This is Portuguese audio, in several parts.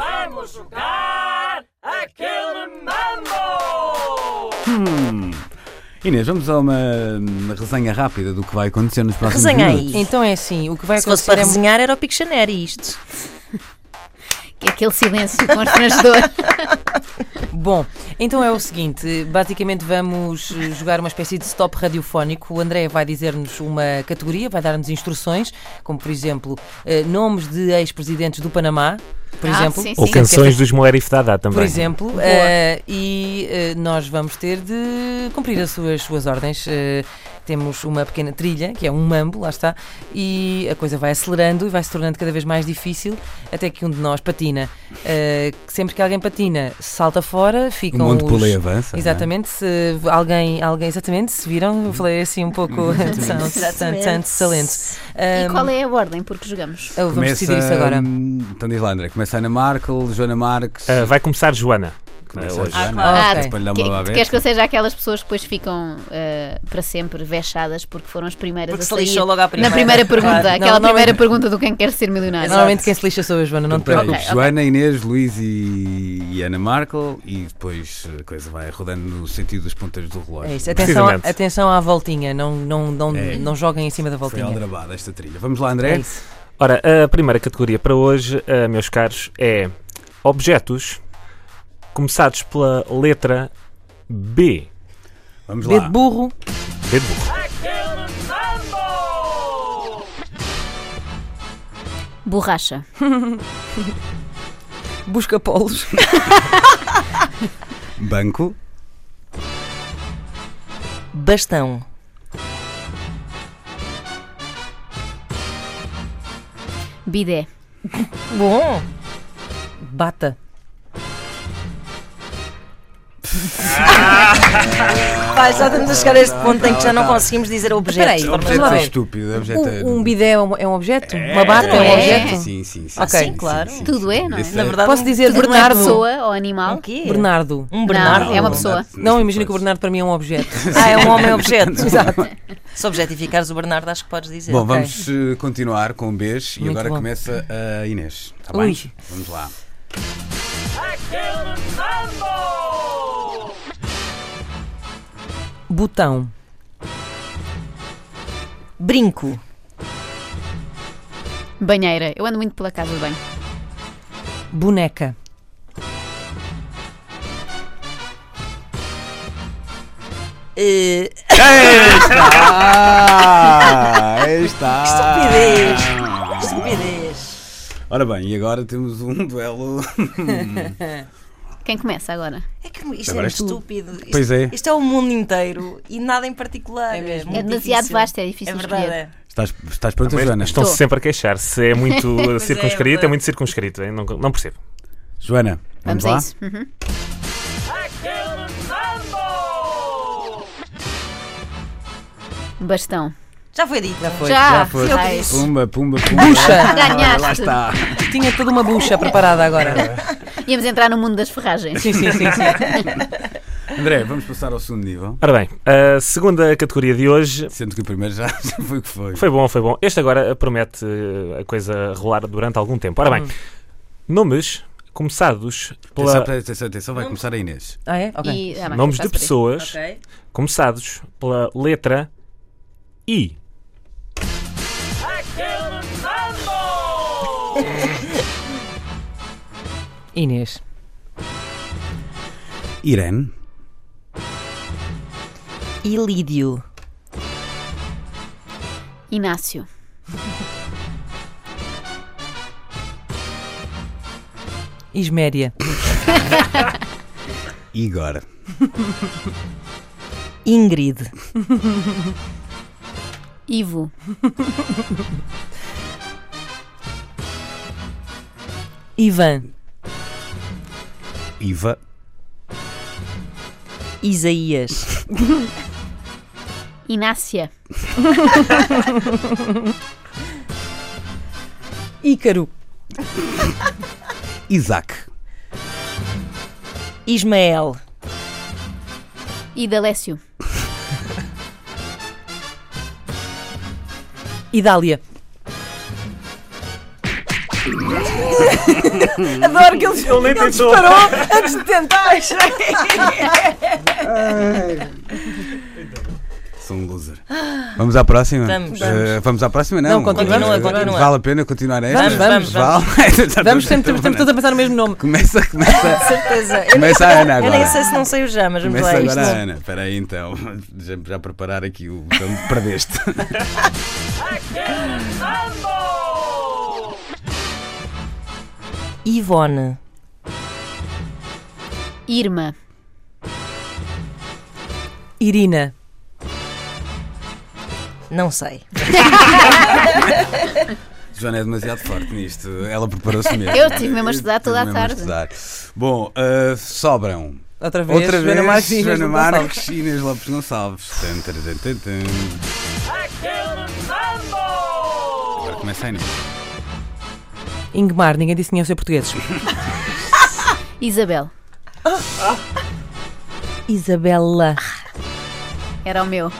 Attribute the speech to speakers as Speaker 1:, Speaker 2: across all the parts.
Speaker 1: Vamos jogar aquele mambo!
Speaker 2: Hum. Inês, vamos a uma hum, resenha rápida do que vai acontecer nos próximos
Speaker 3: Resenha aí.
Speaker 2: minutos.
Speaker 4: Então é assim, o que vai
Speaker 3: Se fosse
Speaker 4: acontecer
Speaker 3: para
Speaker 4: é
Speaker 3: desenhar, era o Pictionary isto.
Speaker 5: Que é aquele silêncio constrangedor.
Speaker 4: Bom, então é o seguinte: basicamente vamos eh, jogar uma espécie de stop radiofónico. O André vai dizer-nos uma categoria, vai dar-nos instruções, como por exemplo, eh, nomes de ex-presidentes do Panamá, por
Speaker 5: Ah,
Speaker 4: exemplo.
Speaker 5: sim,
Speaker 6: Ou
Speaker 5: sim.
Speaker 6: canções dos Moerif Dada também.
Speaker 4: Por
Speaker 1: é.
Speaker 4: exemplo, eh, e eh, nós vamos ter de cumprir as suas, suas ordens. Eh, temos uma pequena trilha, que é um mambo, lá está, e a coisa vai acelerando e vai se tornando cada vez mais difícil, até que um de nós patina. Eh, sempre que alguém patina, salta fora,
Speaker 2: Um
Speaker 4: ficam
Speaker 2: monte de
Speaker 4: os...
Speaker 2: pulei avança. não é?
Speaker 4: Exatamente, se alguém, alguém, exatamente, se viram, eu falei assim um
Speaker 2: Uhum.
Speaker 4: pouco tanto salento.
Speaker 5: E
Speaker 4: Um,
Speaker 5: qual é a ordem por que jogamos?
Speaker 4: eu- Vamos
Speaker 2: Começa,
Speaker 4: decidir isso agora.
Speaker 2: hum, Então diz lá, André. Começa Ana Markel, Joana Marques.
Speaker 6: Ah, vai começar Joana.
Speaker 2: Começa
Speaker 6: Ah,
Speaker 2: a
Speaker 6: hoje.
Speaker 2: Joana.
Speaker 4: claro. Ah,
Speaker 2: Marques,
Speaker 4: ok.
Speaker 2: para lhe dar
Speaker 5: Que-
Speaker 2: é uma
Speaker 5: tu
Speaker 2: babeta.
Speaker 5: queres que eu seja aquelas pessoas que depois ficam eh, para sempre vexadas porque foram as primeiras
Speaker 3: Porque
Speaker 5: a
Speaker 3: se
Speaker 5: sair
Speaker 3: lixou logo à primeira.
Speaker 5: na primeira pergunta,
Speaker 4: Claro. Não,
Speaker 5: aquela primeira
Speaker 4: normalmente-
Speaker 5: pergunta do quem quer ser milionário.
Speaker 4: Normalmente quem se lixa sou eu, Joana, não te
Speaker 2: Espera aí,
Speaker 4: preocupes.
Speaker 5: ok.
Speaker 2: Joana, Inês, Luís e, e Ana Markel e depois a coisa vai rodando no sentido dos ponteiros do relógio.
Speaker 4: É isso. Atenção,
Speaker 6: Precisamente.
Speaker 4: atenção à voltinha, não, não, não,
Speaker 2: É.
Speaker 4: não joguem em cima da
Speaker 2: Foi
Speaker 4: voltinha.
Speaker 2: aldrabada esta trilha. Vamos lá,
Speaker 4: É
Speaker 2: André.
Speaker 4: isso.
Speaker 6: Ora, a primeira categoria para hoje, ah, meus caros, é objetos começados pela letra B.
Speaker 2: Vamos
Speaker 4: B de
Speaker 2: lá.
Speaker 4: burro,
Speaker 6: B de burro.
Speaker 1: Aquele mambo!
Speaker 5: Borracha.
Speaker 4: busca polos,
Speaker 2: Banco,
Speaker 4: bastão,
Speaker 5: Bidé.
Speaker 4: bom, bata,
Speaker 3: Pai, já estamos a chegar a este ponto em que já não conseguimos dizer
Speaker 4: Espera aí.
Speaker 3: objetos.
Speaker 4: Vamos
Speaker 2: objeto
Speaker 4: lá ver.
Speaker 2: estúpido. Objeto
Speaker 4: um, um bidé é um, é um objeto? Uma bata é, um
Speaker 5: É.
Speaker 4: objeto?
Speaker 2: Sim, sim, sim.
Speaker 4: Ok.
Speaker 2: sim,
Speaker 3: claro.
Speaker 5: Tudo é, não é?
Speaker 2: Isso
Speaker 3: Na verdade,
Speaker 4: Posso
Speaker 3: um-
Speaker 4: dizer
Speaker 5: Tudo não é
Speaker 4: Bernardo?
Speaker 5: pessoa ou animal.
Speaker 3: um quê?
Speaker 4: Bernardo.
Speaker 3: Um Bernardo.
Speaker 5: Não, é uma pessoa.
Speaker 4: Não, imagina que o Bernardo para mim é um objeto.
Speaker 3: Ah, é um homem objeto. Exato. Se objetificares o Bernardo, acho que podes dizer.
Speaker 2: Bom, vamos eh, continuar com Bs e
Speaker 4: Muito
Speaker 2: agora
Speaker 4: bom.
Speaker 2: começa a Inês. Tá
Speaker 4: Ui.
Speaker 2: bem? Vamos lá.
Speaker 1: Aquele mambo!
Speaker 4: Botão,
Speaker 3: Brinco.
Speaker 5: Banheira. Eu ando muito pela casa de banho.
Speaker 4: boneca,
Speaker 3: Eh,
Speaker 2: Ah, aí está.
Speaker 3: estupidez. Estupidez.
Speaker 2: Ora bem, e agora temos um duelo.
Speaker 5: Quem começa agora?
Speaker 3: É que isto
Speaker 2: Agora
Speaker 3: é
Speaker 2: és tu.
Speaker 3: estúpido. Isto,
Speaker 2: Pois é.
Speaker 3: Isto é o mundo inteiro e nada em particular.
Speaker 4: É mesmo.
Speaker 3: muito
Speaker 5: É demasiado
Speaker 3: difícil.
Speaker 5: vasto, é difícil
Speaker 3: É verdade.
Speaker 5: escolher.
Speaker 3: é.
Speaker 2: Estás, estás pronta, Joana?
Speaker 6: Estão-se
Speaker 5: Estou.
Speaker 6: sempre a queixar. Se é muito eh, circunscrito,
Speaker 3: é.
Speaker 6: é muito circunscrito. hein? Não, não percebo.
Speaker 2: Joana,
Speaker 5: Vamos,
Speaker 2: vamos, lá?
Speaker 5: a isso. Uhum.
Speaker 1: Aquele mambo!
Speaker 5: Bastão.
Speaker 3: Já foi dito.
Speaker 4: já foi.
Speaker 5: Já,
Speaker 2: foi.
Speaker 5: eu
Speaker 3: Ai.
Speaker 5: disse.
Speaker 2: Pumba, pumba, pumba. Puxa!
Speaker 5: Ganhaste.
Speaker 2: Lá está.
Speaker 4: Tinha toda uma bucha preparada agora.
Speaker 5: Íamos entrar no mundo das ferragens.
Speaker 4: Sim, sim, sim. sim.
Speaker 2: André, vamos passar ao segundo nível.
Speaker 6: Ora bem, a segunda categoria de hoje
Speaker 2: Sendo que o primeiro já, já foi o que foi.
Speaker 6: Foi bom, foi bom. Este agora promete eh, a coisa rolar durante algum tempo. Ora bem, nomes começados
Speaker 2: Atenção,
Speaker 6: pela,
Speaker 2: atenção, atenção, vai começar a Inês.
Speaker 4: Ah, é? Ok.
Speaker 5: E, ah, bem,
Speaker 6: nomes de
Speaker 5: faço por aí.
Speaker 6: pessoas
Speaker 3: Ok.
Speaker 6: começados pela letra I.
Speaker 1: Aquele mambo!
Speaker 4: Inês,
Speaker 2: Irene,
Speaker 3: Ilídio.
Speaker 5: Inácio.
Speaker 4: Isméria,
Speaker 2: Igor,
Speaker 3: Ingrid.
Speaker 5: Ivo.
Speaker 4: Ivan,
Speaker 2: Iva,
Speaker 3: Isaías.
Speaker 5: Inácia.
Speaker 4: Ícaro,
Speaker 2: Isaac,
Speaker 3: Ismael.
Speaker 5: Idalécio.
Speaker 4: Idália. Adoro que ele,
Speaker 6: Ele nem
Speaker 4: ele
Speaker 6: tentou.
Speaker 4: disparou antes de tentar.
Speaker 2: Sou um loser. Vamos à próxima?
Speaker 3: Vamos.
Speaker 2: Eh, vamos à próxima, não?
Speaker 4: Ah. Não, continua,
Speaker 2: Eh,
Speaker 3: continua.
Speaker 2: Vale a pena continuar esta?
Speaker 4: Vamos, vamos,
Speaker 2: vale. Então,
Speaker 4: Vamos, sempre, temos, temos todos a pensar no mesmo nome.
Speaker 2: Começa, começa.
Speaker 3: Certeza.
Speaker 2: Começa a Ana
Speaker 3: Eu
Speaker 2: agora.
Speaker 3: nem sei se não sei o já, mas vamos
Speaker 2: Começa
Speaker 3: lá.
Speaker 2: agora a
Speaker 3: Isto.
Speaker 2: Ana. Espera aí então. Já, já preparar aqui o botão de perdeste.
Speaker 1: Mambo!
Speaker 3: Ivone.
Speaker 5: Irma,
Speaker 4: Irina.
Speaker 3: Não sei.
Speaker 2: Joana é demasiado forte nisto. Ela preparou-se mesmo.
Speaker 5: Eu tive mesmo a estudar toda a
Speaker 2: Tive mesmo
Speaker 5: tarde.
Speaker 2: estudar. Bom, eh, sobram.
Speaker 4: Outra vez.
Speaker 2: Outra vez,
Speaker 4: Joana Marques.
Speaker 2: Joana
Speaker 4: e Inês Gonçalves.
Speaker 2: Marques e Inês Lopes Gonçalves. Tum, tum, tum, tum, tum.
Speaker 1: Mambo!
Speaker 2: Agora começa a Inês.
Speaker 4: Ingmar, ninguém disse que tinha ser portugueses.
Speaker 5: Isabel,
Speaker 4: Isabela.
Speaker 5: era o meu.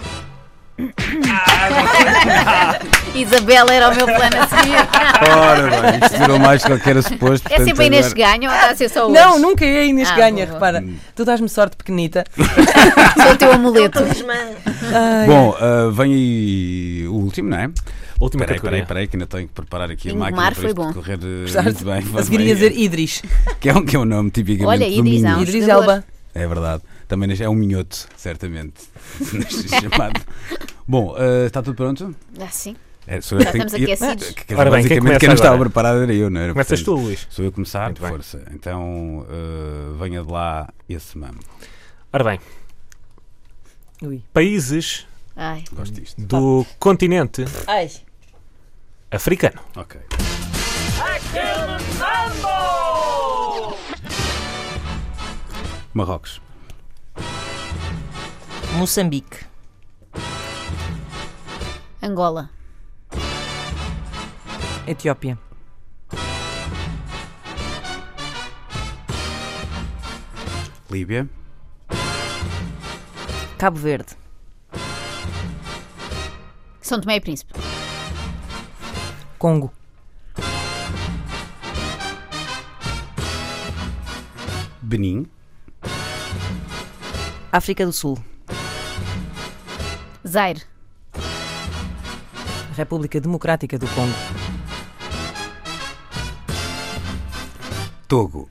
Speaker 5: Isabel era o meu plano a seguir.
Speaker 2: Ora bem, isto durou mais do que eu era suposto.
Speaker 5: É
Speaker 2: portanto,
Speaker 5: sempre a Inês
Speaker 2: agora-
Speaker 5: que ganha ou está a ser só hoje?
Speaker 4: Não, nunca é a Inês
Speaker 5: Ah,
Speaker 4: que ganha,
Speaker 5: boa.
Speaker 4: repara. Tu dás-me sorte pequenita.
Speaker 5: Sou o teu amuleto.
Speaker 4: Ai,
Speaker 2: Bom, ah, vem aí o último, não é?
Speaker 6: Última
Speaker 2: Peraí,
Speaker 6: categoria.
Speaker 2: peraí, peraí, que ainda tenho que preparar aqui a
Speaker 5: Ingmar
Speaker 2: máquina para
Speaker 5: foi
Speaker 2: isto
Speaker 5: bom.
Speaker 2: correr eh,
Speaker 4: Gostaste?
Speaker 2: muito bem.
Speaker 4: a
Speaker 2: faz
Speaker 4: seguir
Speaker 2: bem.
Speaker 4: ia dizer Idris.
Speaker 2: Que é um, que é um nome tipicamente
Speaker 5: Olha,
Speaker 2: do
Speaker 5: Idris, há
Speaker 2: Minho.
Speaker 5: um
Speaker 4: Idris
Speaker 5: jogador.
Speaker 4: Elba.
Speaker 2: É verdade. Também é um minhoto, certamente. chamado. Bom, ah, está tudo pronto?
Speaker 5: Ah, sim.
Speaker 2: É, sou eu que
Speaker 5: Já
Speaker 2: tenho-
Speaker 5: estamos aqui
Speaker 2: eu-
Speaker 5: aquecidos.
Speaker 2: Quer dizer,
Speaker 6: Ora bem, quem
Speaker 2: basicamente,
Speaker 6: começa
Speaker 2: quem não estava
Speaker 6: agora?
Speaker 2: preparado era eu, não era?
Speaker 6: Começas tu,
Speaker 2: Portanto,
Speaker 6: Luís.
Speaker 2: Sou eu a começar,
Speaker 6: Muito bem.
Speaker 2: força. Então, ah, venha de lá esse mambo.
Speaker 6: Ora bem,
Speaker 4: Ui.
Speaker 6: países
Speaker 5: Ai,
Speaker 2: Gosto disto.
Speaker 6: do continente
Speaker 3: Ai.
Speaker 6: africano.
Speaker 2: Ok.
Speaker 1: Mambo!
Speaker 2: Marrocos.
Speaker 3: Moçambique.
Speaker 5: Angola,
Speaker 4: Etiópia.
Speaker 2: Líbia.
Speaker 3: Cabo Verde.
Speaker 5: São Tomé e Príncipe,
Speaker 4: Congo.
Speaker 2: Benin.
Speaker 3: África do Sul.
Speaker 5: Zaire,
Speaker 4: República Democrática do Congo.
Speaker 2: Togo.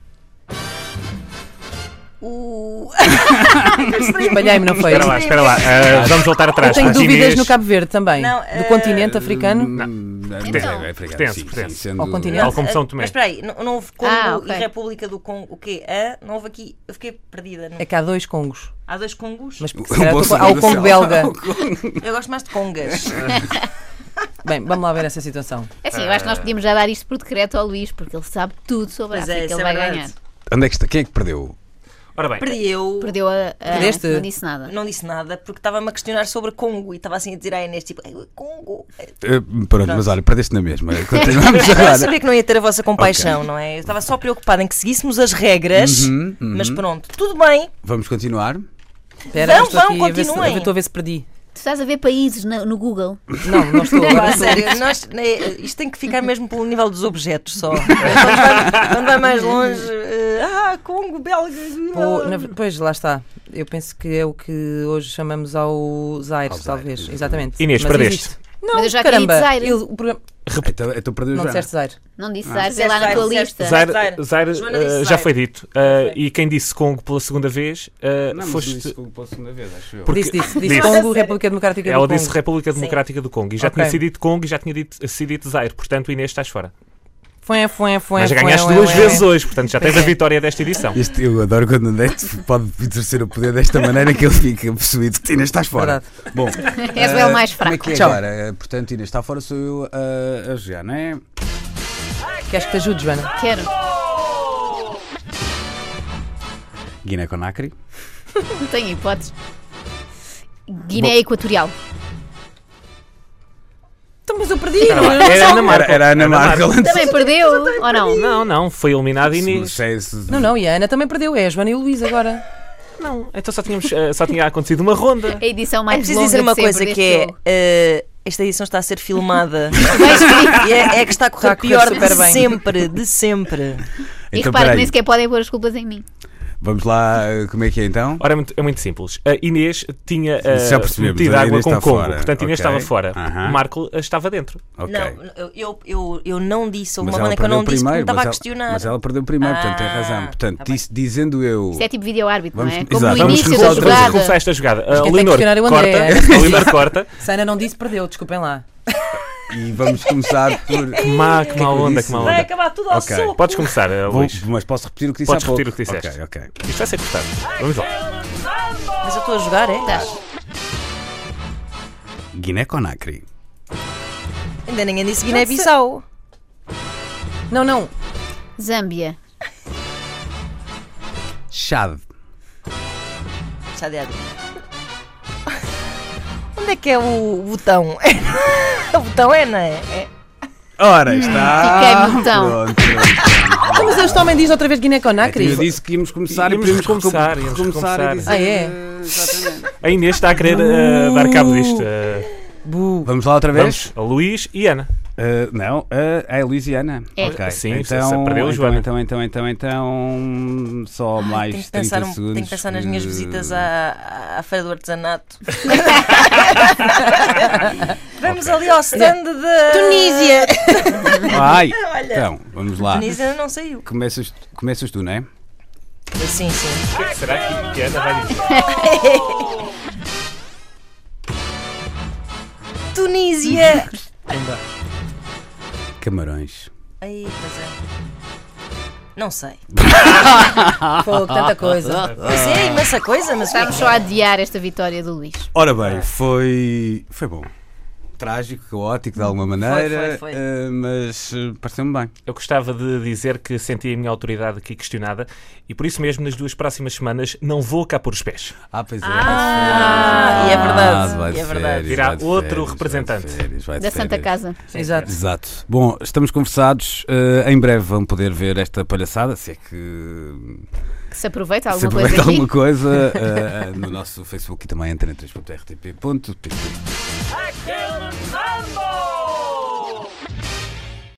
Speaker 4: Espalhei-me, não foi?
Speaker 6: Espera lá, espera lá. Ah, vamos voltar atrás.
Speaker 4: Eu tenho
Speaker 6: Mas
Speaker 4: dúvidas
Speaker 6: Inês-
Speaker 4: no Cabo Verde também.
Speaker 3: Não,
Speaker 4: do
Speaker 3: eh,
Speaker 4: continente africano.
Speaker 2: Pertence,
Speaker 6: Pertence,
Speaker 2: é africano,
Speaker 6: pertence,
Speaker 2: sim, sim,
Speaker 6: pertence.
Speaker 2: sendo- um
Speaker 4: Ao continente.
Speaker 6: Tal como São Tomé.
Speaker 3: Mas espera aí, não, não houve Congo
Speaker 5: Ah, ok.
Speaker 3: e República do Congo. O quê? Hã? não houve aqui. Eu fiquei perdida. Não-
Speaker 4: É que há dois Congos.
Speaker 3: Há dois Congos?
Speaker 4: Mas porque
Speaker 2: O
Speaker 4: será que
Speaker 2: Bolsonaro
Speaker 4: há o Congo
Speaker 2: só-
Speaker 4: belga.
Speaker 3: Eu gosto mais de Congas.
Speaker 4: Bem, vamos lá ver essa situação.
Speaker 5: É assim, eu acho que nós podíamos já dar isto por decreto ao Luís, porque ele sabe tudo sobre a
Speaker 3: Pois é,
Speaker 5: África,
Speaker 3: isso
Speaker 5: ele
Speaker 3: é
Speaker 5: vai
Speaker 3: verdade.
Speaker 5: ganhar.
Speaker 2: Onde é que está? Quem é que perdeu?
Speaker 6: Ora bem,
Speaker 3: Perdi eu.
Speaker 5: Perdeu a. a-
Speaker 4: Perdeste?
Speaker 5: Não disse nada.
Speaker 3: Não disse nada porque estava-me a questionar sobre Congo e estava assim a dizer à Inês tipo, "Ai, Congo.
Speaker 2: Eh, pronto, mas olha, perdeste na mesma. Continuamos
Speaker 3: Eu
Speaker 2: agora.
Speaker 3: sabia que não ia ter a vossa compaixão, não é? Eu estava só preocupada em que seguíssemos as regras,
Speaker 2: Uhum, uhum.
Speaker 3: mas pronto, tudo bem.
Speaker 2: Vamos continuar.
Speaker 4: Espera,
Speaker 3: Vão,
Speaker 4: eu estou aqui
Speaker 3: vão,
Speaker 4: a ver se-
Speaker 3: continuem.
Speaker 4: eu Estou a ver se perdi.
Speaker 5: Tu estás a ver países na- no Google.
Speaker 4: Não, não estou.
Speaker 3: Pá,
Speaker 4: Agora
Speaker 3: a
Speaker 4: estou.
Speaker 3: sério, nós, né, isto tem que ficar mesmo pelo nível dos objetos só. Quando vai, quando vai mais longe, eh, ah, Congo, Belga.
Speaker 4: Ou, na ver- pois, lá está. Eu penso que é o que hoje chamamos ao Zaire,
Speaker 2: Ao Zaire,
Speaker 4: talvez.
Speaker 2: exatamente.
Speaker 4: Exatamente.
Speaker 6: Inês,
Speaker 4: Mas
Speaker 6: perdeste.
Speaker 4: existe. Não,
Speaker 5: Mas eu já
Speaker 4: caramba.
Speaker 5: queria dizer Zaire.
Speaker 4: Ele- o programa-
Speaker 2: Então, então perdeu
Speaker 4: Não
Speaker 2: já.
Speaker 4: disseste Zaire.
Speaker 5: Não disse Zaire, vê lá na
Speaker 3: Zaire,
Speaker 5: tua
Speaker 3: Zaire,
Speaker 5: lista.
Speaker 3: Zaire.
Speaker 6: Zaire, Zaire,
Speaker 3: Joana disse
Speaker 6: ah, já
Speaker 3: Zaire.
Speaker 6: foi dito. Ah, e quem disse Congo pela segunda vez ah,
Speaker 2: Não, mas
Speaker 6: foste.
Speaker 2: disse pela segunda vez, acho eu.
Speaker 6: Porque-
Speaker 4: Disse, disse. Disse
Speaker 6: disse.
Speaker 4: Congo, República Democrática do
Speaker 6: Ela
Speaker 4: Congo.
Speaker 6: disse República Democrática do Congo e já
Speaker 4: Ok.
Speaker 6: tinha sido dito Congo e já tinha dito, sido dito Zaire, portanto Inês estás fora.
Speaker 4: Foi, foi, foi.
Speaker 6: Mas já
Speaker 4: foi,
Speaker 6: ganhaste
Speaker 4: foi,
Speaker 6: duas
Speaker 4: foi.
Speaker 6: vezes hoje, portanto já tens a
Speaker 4: É.
Speaker 6: vitória desta edição.
Speaker 2: Este, eu adoro quando o Neto pode exercer o poder desta maneira que ele fica possuído. Inês, estás fora. Bom,
Speaker 5: És o
Speaker 2: eh,
Speaker 5: L mais
Speaker 2: Como é
Speaker 5: fraco.
Speaker 2: que é
Speaker 4: Tchau.
Speaker 2: agora? Eh, Portanto, Inês está fora, sou eu eh, a jogar, não é?
Speaker 4: Queres que te ajude, Joana?
Speaker 5: Quero.
Speaker 2: Guiné-Conakry,
Speaker 5: Não tenho hipóteses. Guiné Equatorial.
Speaker 4: Então, mas eu perdi.
Speaker 6: Espera lá, Era Ana Markel.
Speaker 2: Era, era Ana Markel antes.
Speaker 5: Também perdeu, ou não?
Speaker 6: Não, não, foi eliminada
Speaker 2: Se não
Speaker 6: Inês.
Speaker 2: sei se-
Speaker 4: Não, não, e a Ana também perdeu. É a Joana e o Luís agora.
Speaker 6: Não, então só, tínhamos, ah, só tinha acontecido uma ronda.
Speaker 5: A edição
Speaker 3: É
Speaker 5: mais
Speaker 3: preciso
Speaker 5: longa
Speaker 3: dizer uma
Speaker 5: de sempre
Speaker 3: coisa
Speaker 5: deste
Speaker 3: que é
Speaker 5: jogo.
Speaker 3: eh, Esta edição está a ser filmada.
Speaker 5: Mas,
Speaker 3: e é, é que está a correr,
Speaker 4: Está a correr
Speaker 3: pior
Speaker 4: super
Speaker 3: de
Speaker 4: bem.
Speaker 3: sempre, de sempre.
Speaker 5: e
Speaker 2: Então,
Speaker 5: repara que
Speaker 2: peraí,
Speaker 5: nem sequer podem pôr as culpas em mim.
Speaker 2: vamos lá, eh, como é que é então?
Speaker 6: Ora, é muito, é muito simples. A Inês tinha
Speaker 2: Isso já
Speaker 6: uh,
Speaker 2: percebemos,
Speaker 6: metido
Speaker 2: a
Speaker 6: água
Speaker 2: Inês
Speaker 6: com
Speaker 2: está
Speaker 6: Congo,
Speaker 2: fora.
Speaker 6: portanto Inês
Speaker 2: Ok.
Speaker 6: estava fora.
Speaker 2: Aham.
Speaker 6: O Marco uh, estava dentro.
Speaker 2: Ok.
Speaker 3: Não, eu, eu, eu, eu não disse, houve
Speaker 2: Mas ela
Speaker 3: uma maneira que eu
Speaker 2: perdeu
Speaker 3: não disse porque me
Speaker 2: primeiro,
Speaker 3: estava a
Speaker 2: mas
Speaker 3: questionar.
Speaker 2: ela, mas ela perdeu primeiro, portanto tem
Speaker 3: Ah,
Speaker 2: razão. Portanto,
Speaker 3: tá bem.
Speaker 2: disse- dizendo eu.
Speaker 5: Isto é tipo vídeo-árbitro, não é?
Speaker 2: Vamos-
Speaker 5: Como
Speaker 2: exato.
Speaker 5: no
Speaker 2: Vamos
Speaker 5: início
Speaker 2: começar
Speaker 5: da
Speaker 2: outra vez.
Speaker 6: vamos
Speaker 5: jogada.
Speaker 6: recomeçar esta jogada.
Speaker 4: Mas
Speaker 6: A
Speaker 4: quem tem que
Speaker 6: Leonor
Speaker 4: questionar é o
Speaker 6: corta.
Speaker 4: André.
Speaker 6: A Leonor corta.
Speaker 4: Sana não disse, perdeu, desculpem lá.
Speaker 5: tipo-
Speaker 2: E vamos começar por.
Speaker 6: Má, que má
Speaker 2: é eu
Speaker 6: onda,
Speaker 2: disse?
Speaker 6: que má
Speaker 3: Vai
Speaker 6: onda.
Speaker 3: acabar tudo ao
Speaker 2: Ok.
Speaker 3: soco.
Speaker 6: Podes começar, uh,
Speaker 2: Vou-
Speaker 6: Luís.
Speaker 2: mas posso repetir o que disse
Speaker 6: Podes
Speaker 2: há pouco?
Speaker 6: repetir o que disseste.
Speaker 2: Ok, ok.
Speaker 6: Isto vai ser cortado. Vamos lá.
Speaker 3: Mas eu estou a jogar, é?
Speaker 5: Tá.
Speaker 2: Guiné-Conakry.
Speaker 3: Ainda ninguém disse Guiné-Bissau.
Speaker 4: Não, não.
Speaker 5: Zâmbia,
Speaker 2: Chad.
Speaker 3: Chadeado. Onde é que é o botão? o botão é, não é? É-
Speaker 2: Ora está.
Speaker 5: fiquei no botão.
Speaker 2: Pronto, pronto.
Speaker 4: Então, mas este homem diz outra vez
Speaker 2: Eu
Speaker 4: Guiné-Conakry.
Speaker 2: disse É que íamos começar
Speaker 6: Íamos
Speaker 2: e podemos
Speaker 6: recomeçar,
Speaker 2: recom-
Speaker 6: íamos
Speaker 2: recomeçar
Speaker 6: recomeçar.
Speaker 2: e dizer,
Speaker 4: Ah, é?
Speaker 2: eh, exatamente.
Speaker 6: A Inês está a querer uh, dar cabo disto. Uh,
Speaker 4: Bu.
Speaker 2: Vamos lá outra vez?
Speaker 6: vamos, a Luís e Ana.
Speaker 2: Eh, não, eh, é a Luisiana.
Speaker 5: É.
Speaker 2: Ok,
Speaker 6: Sim,
Speaker 2: então,
Speaker 6: se- se perdeu,
Speaker 2: então,
Speaker 6: Joana.
Speaker 2: Então, então, então, então, só mais
Speaker 3: Tenho que pensar,
Speaker 2: 30
Speaker 3: um-
Speaker 2: segundos. eh,
Speaker 3: tenho que pensar nas
Speaker 2: que-
Speaker 3: minhas visitas à, à Feira do Artesanato. Vamos ali ao stand da
Speaker 4: Tunísia.
Speaker 2: Ai, então, vamos lá.
Speaker 3: Tunísia não saiu.
Speaker 2: Começas, começas tu, não é?
Speaker 3: Sim, sim.
Speaker 6: O que é que será que- que a Ana vai dizer?
Speaker 3: Tunísia!
Speaker 2: Camarões.
Speaker 3: Aí, pois é. Não sei.
Speaker 4: Fogo, tanta coisa.
Speaker 3: Eu sei, é imensa coisa, mas
Speaker 5: estamos só a adiar esta vitória do Luís.
Speaker 2: Ora bem, foi, foi bom. Trágico, caótico de alguma maneira,
Speaker 3: foi, foi.
Speaker 2: eh, mas eh, pareceu-me bem.
Speaker 6: Eu gostava de dizer que senti a minha autoridade aqui questionada e por isso mesmo nas duas próximas semanas não vou cá por os pés.
Speaker 2: Ah, pois é.
Speaker 3: Ah, e é verdade, e é verdade.
Speaker 6: Virá outro representante
Speaker 2: É
Speaker 5: Da Santa Casa.
Speaker 4: Exato.
Speaker 2: Exato. Bom, estamos conversados. eh, em breve vão poder ver esta palhaçada, se é que
Speaker 5: Que se aproveita
Speaker 2: É se
Speaker 5: alguma
Speaker 2: aproveita
Speaker 5: coisa
Speaker 2: alguma
Speaker 5: aqui.
Speaker 2: coisa eh, eh, no nosso Facebook e também em 3.rtp.pt.
Speaker 1: Aquele samba!